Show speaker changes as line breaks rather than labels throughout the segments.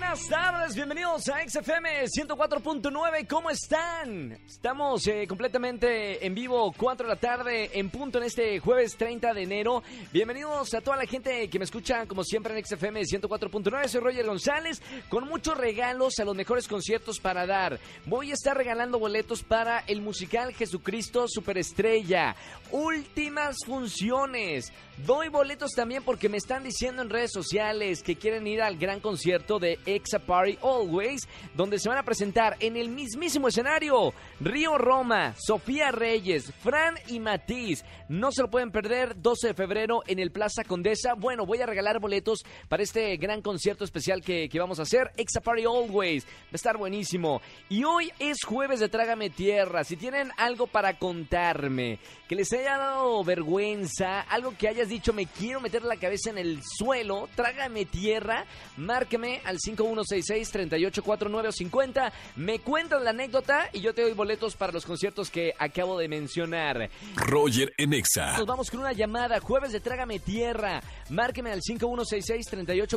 Buenas tardes, bienvenidos a XFM 104.9, ¿cómo están? Estamos eh, completamente en vivo, 4 de la tarde, en punto en este jueves 30 de enero. Bienvenidos a toda la gente que me escucha, como siempre, en XFM 104.9. Soy Roger González, con muchos regalos a los mejores conciertos para dar. Voy a estar regalando boletos para el musical Jesucristo Superestrella. Últimas funciones. Doy boletos también porque me están diciendo en redes sociales que quieren ir al gran concierto de Exa Party Always, donde se van a presentar en el mismísimo escenario Río Roma, Sofía Reyes, Fran y Matiz. No se lo pueden perder 12 de febrero en el Plaza Condesa. Bueno, voy a regalar boletos para este gran concierto especial que, que vamos a hacer, Exa Party Always. Va a estar buenísimo. Y hoy es jueves de Trágame Tierra. Si tienen algo para contarme, que les haya dado vergüenza, algo que hayas dicho, me quiero meter la cabeza en el suelo, trágame tierra, márqueme al 5166-384950, me cuentas la anécdota y yo te doy boletos para los conciertos que acabo de mencionar.
Roger en Exa.
Nos vamos con una llamada, jueves de Trágame Tierra, márqueme al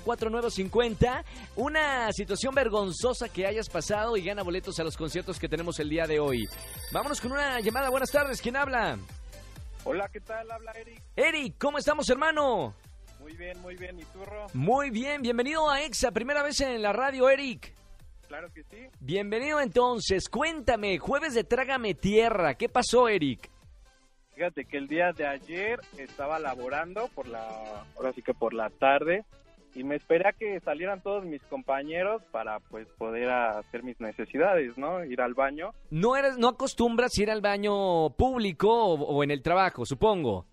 5166-384950, una situación vergonzosa que hayas pasado y gana boletos a los conciertos que tenemos el día de hoy. Vámonos con una llamada, buenas tardes, ¿quién habla?
Hola, ¿qué tal? Habla Eric.
Eric, ¿cómo estamos, hermano?
Muy bien, muy bien. ¿Y tú, Ro?
Muy bien, bienvenido a EXA, primera vez en la radio, Eric.
Claro que sí.
Bienvenido entonces, cuéntame, jueves de Trágame Tierra, ¿qué pasó, Eric?
Fíjate que el día de ayer estaba laborando por la, ahora sí que por la tarde, y me esperé a que salieran todos mis compañeros para pues poder hacer mis necesidades, ¿no? Ir al baño.
No, eres, no acostumbras ir al baño público o, o en el trabajo, supongo.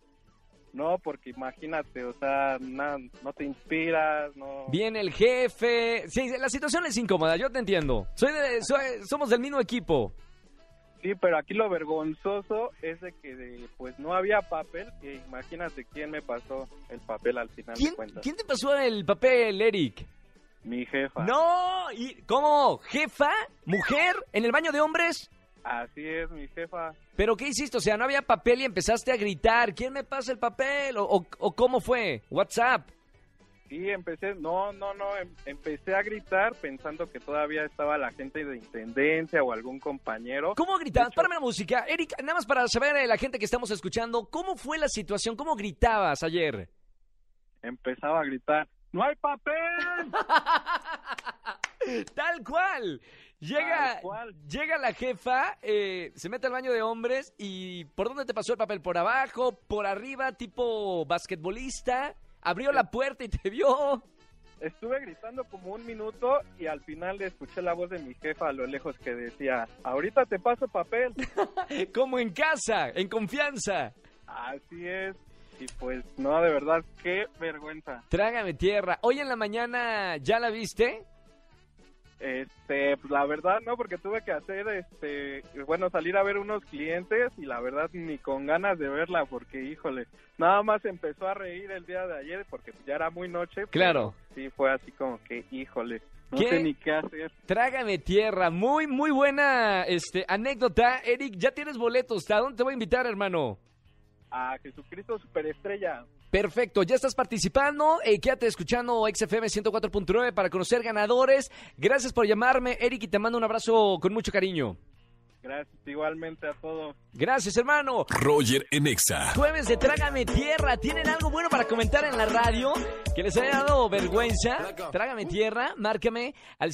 No, porque imagínate, o sea, na- no te inspiras, no.
Viene el jefe. Sí, la situación es incómoda, yo te entiendo. Soy de- soy- somos del mismo equipo.
Sí, pero aquí lo vergonzoso es de que de- pues no había papel, e imagínate quién me pasó el papel al final
¿Quién,
de cuentas.
quién te pasó el papel, Eric?
Mi jefa.
No, ¿y cómo? ¿Jefa? ¿Mujer? ¿En el baño de hombres?
Así es, mi jefa.
¿Pero qué hiciste? O sea, no había papel y empezaste a gritar, ¿quién me pasa el papel? ¿O, o- o cómo fue? ¿WhatsApp?
Sí, empecé, no, no, no, em- empecé a gritar pensando que todavía estaba la gente de intendencia o algún compañero.
¿Cómo gritabas?
De hecho-
Párame la música. Eric, nada más para saber eh, la gente que estamos escuchando, ¿cómo fue la situación? ¿Cómo gritabas ayer?
Empezaba a gritar, ¡no hay papel!
Tal cual. Llega,
Tal cual.
llega la jefa, eh, se mete al baño de hombres y ¿por dónde te pasó el papel? ¿Por abajo? ¿Por arriba? ¿Tipo basquetbolista? ¿Abrió la puerta y te vio?
Estuve gritando como un minuto y al final escuché la voz de mi jefa a lo lejos que decía, ahorita te paso papel.
Como en casa, en confianza.
Así es. Y pues no, de verdad, qué vergüenza.
Trágame tierra. Hoy en la mañana, ¿ya la viste?
Este, pues la verdad no, porque tuve que hacer, este, bueno, salir a ver unos clientes y la verdad ni con ganas de verla, porque híjole, nada más empezó a reír el día de ayer porque pues, ya era muy noche. pero
Claro.
Sí, fue así como que, híjole, no
¿Qué?
sé ni qué hacer.
Trágame tierra. Muy, muy buena este, anécdota. Eric, ya tienes boletos. ¿A dónde te voy a invitar, hermano?
A Jesucristo Superestrella.
Perfecto, ya estás participando. Eh, quédate escuchando XFM 104.9 para conocer ganadores. Gracias por llamarme, Eric, y te mando un abrazo con mucho cariño.
Gracias igualmente a todos.
Gracias, hermano.
Roger en Exa.
Jueves de Trágame Tierra. ¿Tienen algo bueno para comentar en la radio? ¿Que les haya dado vergüenza? Trágame Tierra, márcame al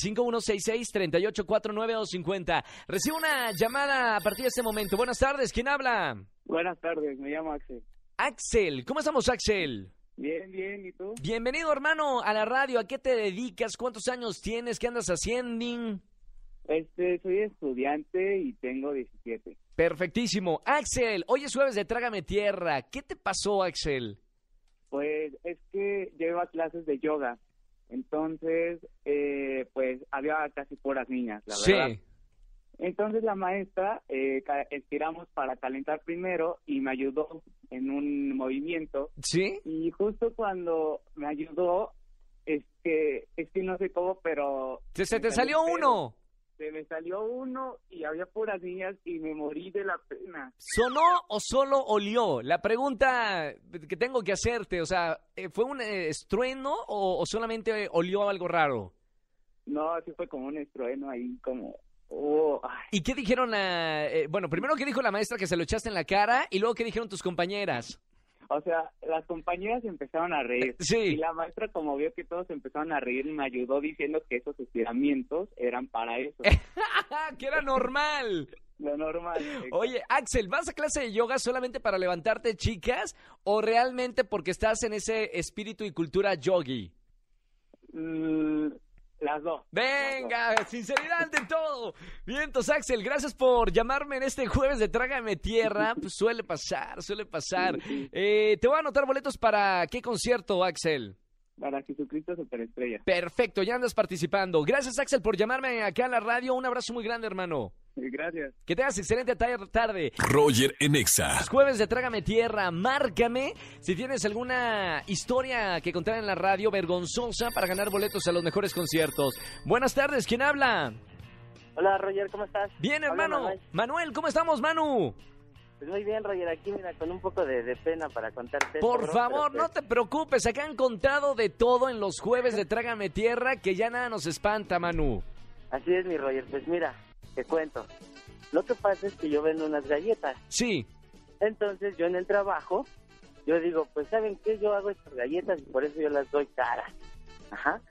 5166-3849-250. Recibo una llamada a partir de este momento. Buenas tardes, ¿quién habla?
Buenas tardes, me llamo Axel.
Axel, ¿cómo estamos, Axel?
Bien, bien, ¿y tú?
Bienvenido, hermano, a la radio. ¿A qué te dedicas? ¿Cuántos años tienes? ¿Qué andas haciendo?
Este, soy estudiante y tengo 17.
Perfectísimo. Axel, hoy es jueves de Trágame Tierra. ¿Qué te pasó, Axel?
Pues es que yo iba a clases de yoga, entonces, eh, pues había casi puras niñas, la verdad. Entonces la maestra eh, ca- estiramos para calentar primero y me ayudó en un movimiento
¿Sí?
y justo cuando me ayudó es que es que no sé cómo pero
Se, se
me
te salió
un pedo.
uno.
Se me salió uno y había puras niñas y me morí de la pena.
¿Sonó o solo olió? La pregunta que tengo que hacerte, o sea, eh, ¿fue un eh, estruendo o, o solamente olió algo raro?
No, así fue como un estrueno ahí como oh, ay,
¿Y qué dijeron? la- eh, bueno, primero que dijo la maestra que se lo echaste en la cara y luego qué dijeron tus compañeras.
o sea, las compañeras empezaron a reír. Y
Sí.
la maestra, como vio que todos empezaron a reír, me ayudó diciendo que esos estiramientos eran para eso.
que era normal.
lo normal. eh,
Oye, Axel, ¿vas a clase de yoga solamente para levantarte chicas o realmente porque estás en ese espíritu y cultura yogi?
mm, las dos.
Venga, sinceridad ante todo. Vientos, Axel, gracias por llamarme en este jueves de Trágame Tierra. Pues suele pasar, suele pasar. Eh, te voy a anotar boletos para qué concierto, Axel.
Para Jesucristo Superestrella.
Perfecto, ya andas participando. Gracias, Axel, por llamarme acá a la radio. Un abrazo muy grande, hermano.
Gracias.
Que tengas excelente tar- tarde.
Roger en Exa.
Los jueves de Trágame Tierra, márcame si tienes alguna historia que contar en la radio vergonzosa para ganar boletos a los mejores conciertos. Buenas tardes, ¿quién habla?
Hola Roger, ¿cómo estás?
Bien,
Hola,
hermano.
Manuel.
Manuel, ¿cómo estamos, Manu?
Pues muy bien Roger, aquí mira, con un poco de, de pena para contarte. esto,
Por
bro,
favor,
pero pues,
no te preocupes. Acá han contado de todo en los jueves de Trágame Tierra que ya nada nos espanta, Manu.
pues, Así es mi Roger, pues mira, te cuento. Lo que pasa es que yo vendo unas galletas,
Sí,
entonces yo en el trabajo, yo digo, pues ¿saben qué? Yo hago estas galletas y por eso yo las doy caras. Ajá.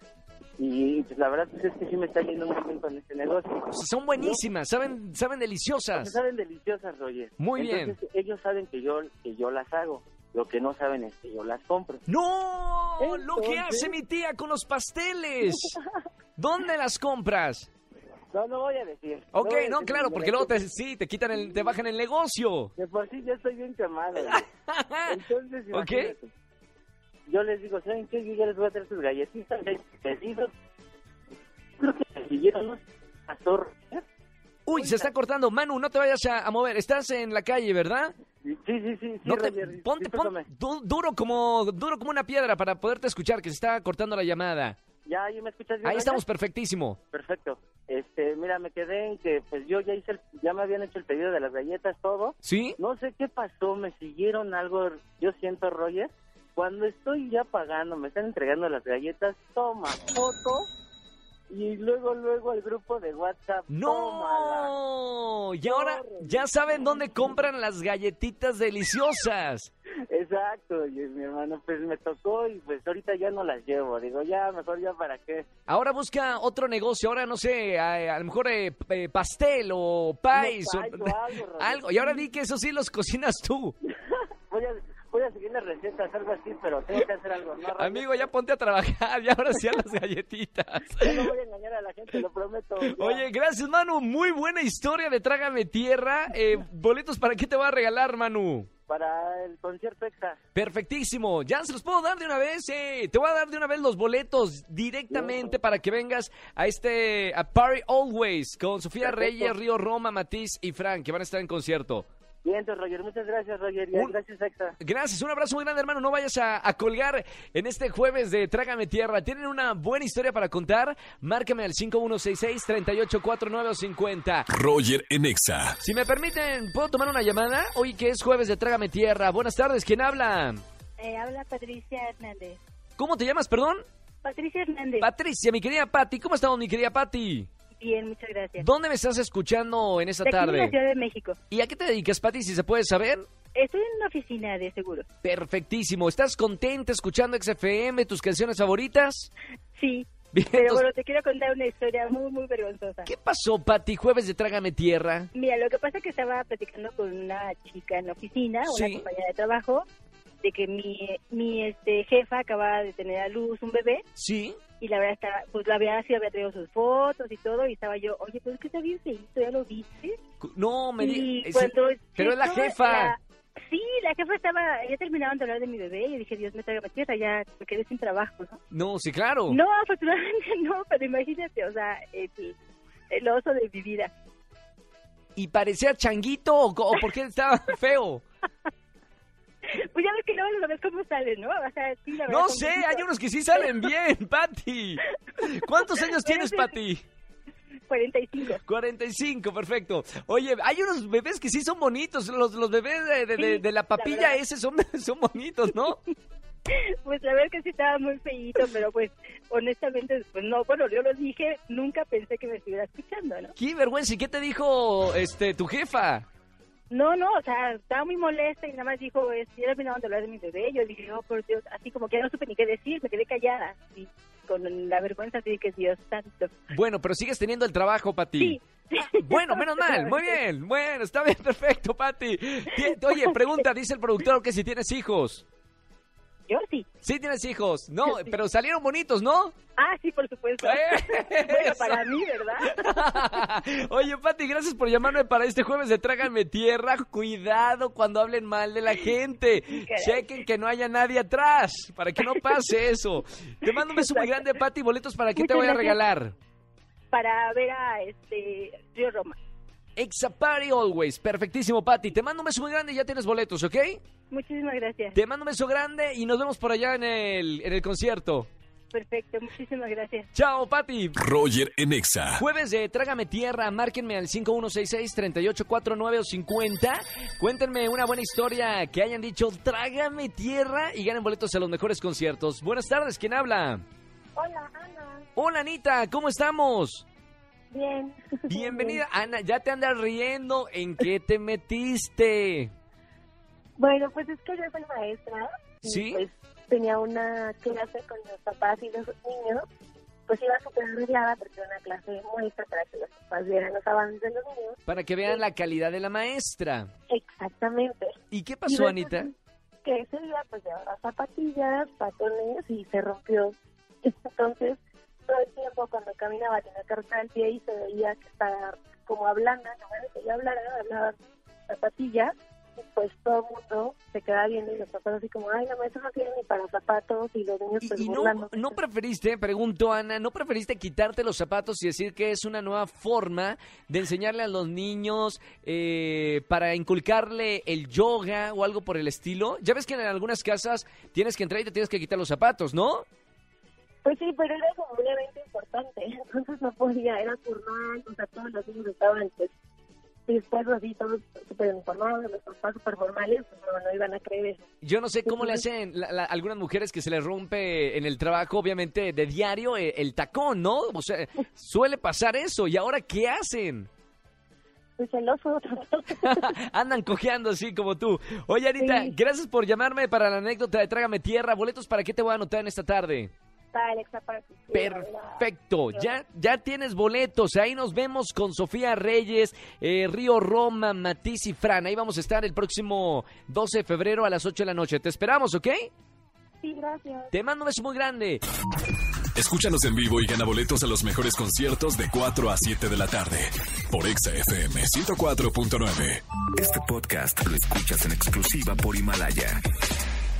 Y pues la verdad pues, es que sí me está yendo muy bien con este negocio.
son buenísimas, saben, saben deliciosas.
Porque saben deliciosas, Roger.
Muy
Entonces, ellos saben que yo, que yo las hago, lo que no saben es que yo las compro.
¡No! Lo que
Entonces-
hace mi tía con los pasteles. ¿Dónde las compras?
No, no voy a decir.
Ok,
voy a
no,
decir
claro,
ni
porque
la
luego te, sí, te quitan el, te bajan el negocio.
De por sí ya estoy bien quemado. güey. Entonces,
Ok.
imagínate. Yo les digo, ¿saben qué? Yo ya les voy a traer sus galletitas. Les pedido. Creo que me siguieron unos pastor.
Uy, se está cortando. Manu, no te vayas a, a mover. Estás en la calle, ¿verdad?
Sí, sí, sí. sí
No te,
Roger,
ponte,
discúlpame.
ponte du- duro como duro como una piedra para poderte escuchar que se está cortando la llamada.
Ya, ¿ya me escuchas bien?
Ahí
Roger?
estamos perfectísimo.
Perfecto. Este, mira, me quedé en que, pues yo ya hice, el- ya me habían hecho el pedido de las galletas, todo.
¿Sí?
No sé qué pasó, me siguieron algo, yo siento, Roger. Cuando estoy ya pagando, me están entregando las galletas, toma foto y luego, luego al grupo de WhatsApp, tómala. Oh,
No. Y ahora ya saben dónde compran las galletitas deliciosas.
Exacto, y es mi hermano, pues me tocó y pues ahorita ya no las llevo. Digo, ya, mejor ya para qué.
Ahora busca otro negocio, ahora no sé, a, a lo mejor eh, p- eh, pastel o pies o-
No, pais o algo, Roger.
algo. Y ahora di que eso sí los cocinas tú.
Voy a, voy a seguir las recetas, algo así, pero tengo que hacer algo. ¿no, Roger?
Amigo, ya ponte a trabajar y ahora sí a las galletitas.
Ya no voy a engañar a la gente, lo prometo. ya.
Oye, gracias, Manu. Muy buena historia de Trágame Tierra. Eh, boletos, ¿para qué te va a regalar, Manu?
Para el concierto extra.
Perfectísimo. Ya se los puedo dar de una vez. Eh. Te voy a dar de una vez los boletos directamente para que vengas a este a Party Always con Sofía
Perfecto.
Reyes, Río Roma, Matiz y Frank, que van a estar en concierto.
Bien, entonces, Roger, muchas gracias, Roger. Y
Un-
gracias, Exa.
Gracias, un abrazo muy grande, hermano. No vayas a, a colgar en este jueves de Trágame Tierra. ¿Tienen una buena historia para contar? Márcame al 5166-384950.
Roger en Exa.
Si me permiten, ¿puedo tomar una llamada? Hoy que es jueves de Trágame Tierra. Buenas tardes, ¿quién habla?
Eh, habla Patricia Hernández.
¿Cómo te llamas, perdón?
Patricia Hernández.
Patricia, mi querida Patti. ¿Cómo estamos, mi querida Patti?
Bien, muchas gracias.
¿Dónde me estás escuchando en esta
De aquí en la
tarde?
Ciudad de México.
¿Y a qué te dedicas, Patti, si se puede saber?
Estoy en una oficina de seguro.
Perfectísimo. ¿Estás contenta escuchando XFM, tus canciones favoritas?
Sí,
Bien,
pero
entonces-
bueno, te quiero contar una historia muy, muy vergonzosa.
¿Qué pasó, Pati? Jueves de Trágame Tierra.
Mira, lo que pasa es que estaba platicando con una chica en la oficina, una
Sí.
compañera de trabajo, de que mi, mi este, jefa acababa de tener a luz un bebé
Sí.
y la verdad estaba, pues la había, sí había traído sus fotos y todo y estaba yo, oye, pero es que está bien feíto, ¿ya lo viste?
Cu- No, me di-
Y
eh, sí.
cuando
pero es la
llegó,
jefa.
la- sí, la jefa estaba, ya terminaban de hablar de mi bebé y dije, Dios me traiga la tierra, ya me quedé sin trabajo, ¿no?
No, sí, claro.
No, afortunadamente no, pero imagínate, o sea, el, el oso de mi vida.
y parecía changuito o, co- o por qué estaba feo.
Pues ya ves que luego lo ves cómo sale, ¿no? O sea, sí, la verdad,
No
como
sé,
dices,
hay unos que sí salen bien, Pati. ¿Cuántos años tienes, Pati?
45.
45, perfecto. Oye, hay unos bebés que sí son bonitos. Los, los bebés de, de- de-
Sí,
de la
la
papilla
verdad.
ese son, son bonitos, ¿no?
Pues la verdad que sí estaba muy feíto, pero pues honestamente, pues no, bueno, yo lo dije, nunca pensé que me estuviera escuchando, ¿no?
Qué vergüenza. ¿Y qué te dijo este tu jefa?
No, no, o sea, estaba muy molesta y nada más dijo, es, ya terminaban de hablar de mi bebé. Yo dije, oh, por Dios, así como que ya no supe ni qué decir, me quedé callada. Y con la vergüenza así de que Dios santo.
Bueno, pero sigues teniendo el trabajo, Pati. Ah,
Sí.
Bueno, menos mal, muy bien, bueno, está bien, perfecto, Pati. Ti- Oye, pregunta, dice el productor que si tienes hijos.
Yo sí.
Sí tienes hijos, no, pero salieron bonitos, ¿no?
Ah, sí, por supuesto. bueno,
Eso.
para mí, ¿verdad?
Oye, Pati, gracias por llamarme para este jueves de Trágame Tierra. Cuidado cuando hablen mal de la gente. Chequen que no haya nadie atrás para que no pase eso. Te mando un beso muy grande, Pati. Boletos para que te
Muchas
voy a
gracias.
regalar.
Para ver a este Río Roma.
Exa Party Always. Perfectísimo, Pati. Te mando un beso muy grande y ya tienes boletos, ¿ok?
Muchísimas gracias.
Te mando un beso grande y nos vemos por allá en el, en el concierto.
Perfecto, muchísimas gracias.
Chao, Pati.
Roger en Exa.
Jueves de Trágame Tierra, márquenme al 5166-3849 o 50. Cuéntenme una buena historia que hayan dicho Trágame Tierra y ganen boletos a los mejores conciertos. Buenas tardes, ¿quién habla?
Hola, Ana.
Hola Anita, ¿cómo estamos?
Bien.
Bienvenida. Ana, ya te andas riendo. ¿En qué te metiste?
Bueno, pues es que yo soy maestra. y,
¿Sí?
Pues tenía una clase con los papás y los niños. Pues iba súper arreglada porque era una clase muestra para que los papás vieran los avances de los niños.
Para que vean la calidad de la maestra.
Exactamente.
¿Y qué
Y
pasó,
resulta
Anita?
Que ese día pues llevaba zapatillas, patones y se rompió. Entonces, todo el tiempo cuando caminaba tenía que arrancar el pie y se veía que estaba como hablando, no bueno, que yo hablara, hablaba zapatillas. Y pues todo el mundo se quedaba viendo y los papás así como, ay, la maestra no tiene ni para zapatos y los niños pues
Y, y no,
burlándose.
no preferiste, pregunto Ana, ¿no preferiste quitarte los zapatos y decir que es una nueva forma de enseñarle a los niños eh, para inculcarle el yoga o algo por el estilo? Ya ves que en algunas casas tienes que entrar y te tienes que quitar los zapatos, ¿no?
Pues sí, pero era como un evento importante, entonces no podía, era formal, o sea, todos los niños estaban pues, dispuestos así, todos súper informados, los papás súper formales, pues no, no iban a creer eso.
Yo no sé cómo le hacen la- la- algunas mujeres que se les rompe en el trabajo, obviamente, de diario eh, el tacón, ¿no? O sea, suele pasar eso. ¿Y ahora qué hacen?
Pues celoso,
Andan cojeando así como tú. Oye, Anita,
Sí.
gracias por llamarme para la anécdota de Trágame Tierra. Boletos para qué te voy a anotar en esta tarde.
está Alexa para ti.
Perfecto, ya, ya tienes boletos. Ahí nos vemos con Sofía Reyes, eh, Río Roma, Matiz y Fran. Ahí vamos a estar el próximo 12 de febrero a las 8 de la noche. Te esperamos, ¿ok?
Sí, gracias.
Te mando un beso muy grande.
Escúchanos en vivo y gana boletos a los mejores conciertos de 4 a 7 de la tarde por Exa FM 104.9.
Este podcast lo escuchas en exclusiva por Himalaya.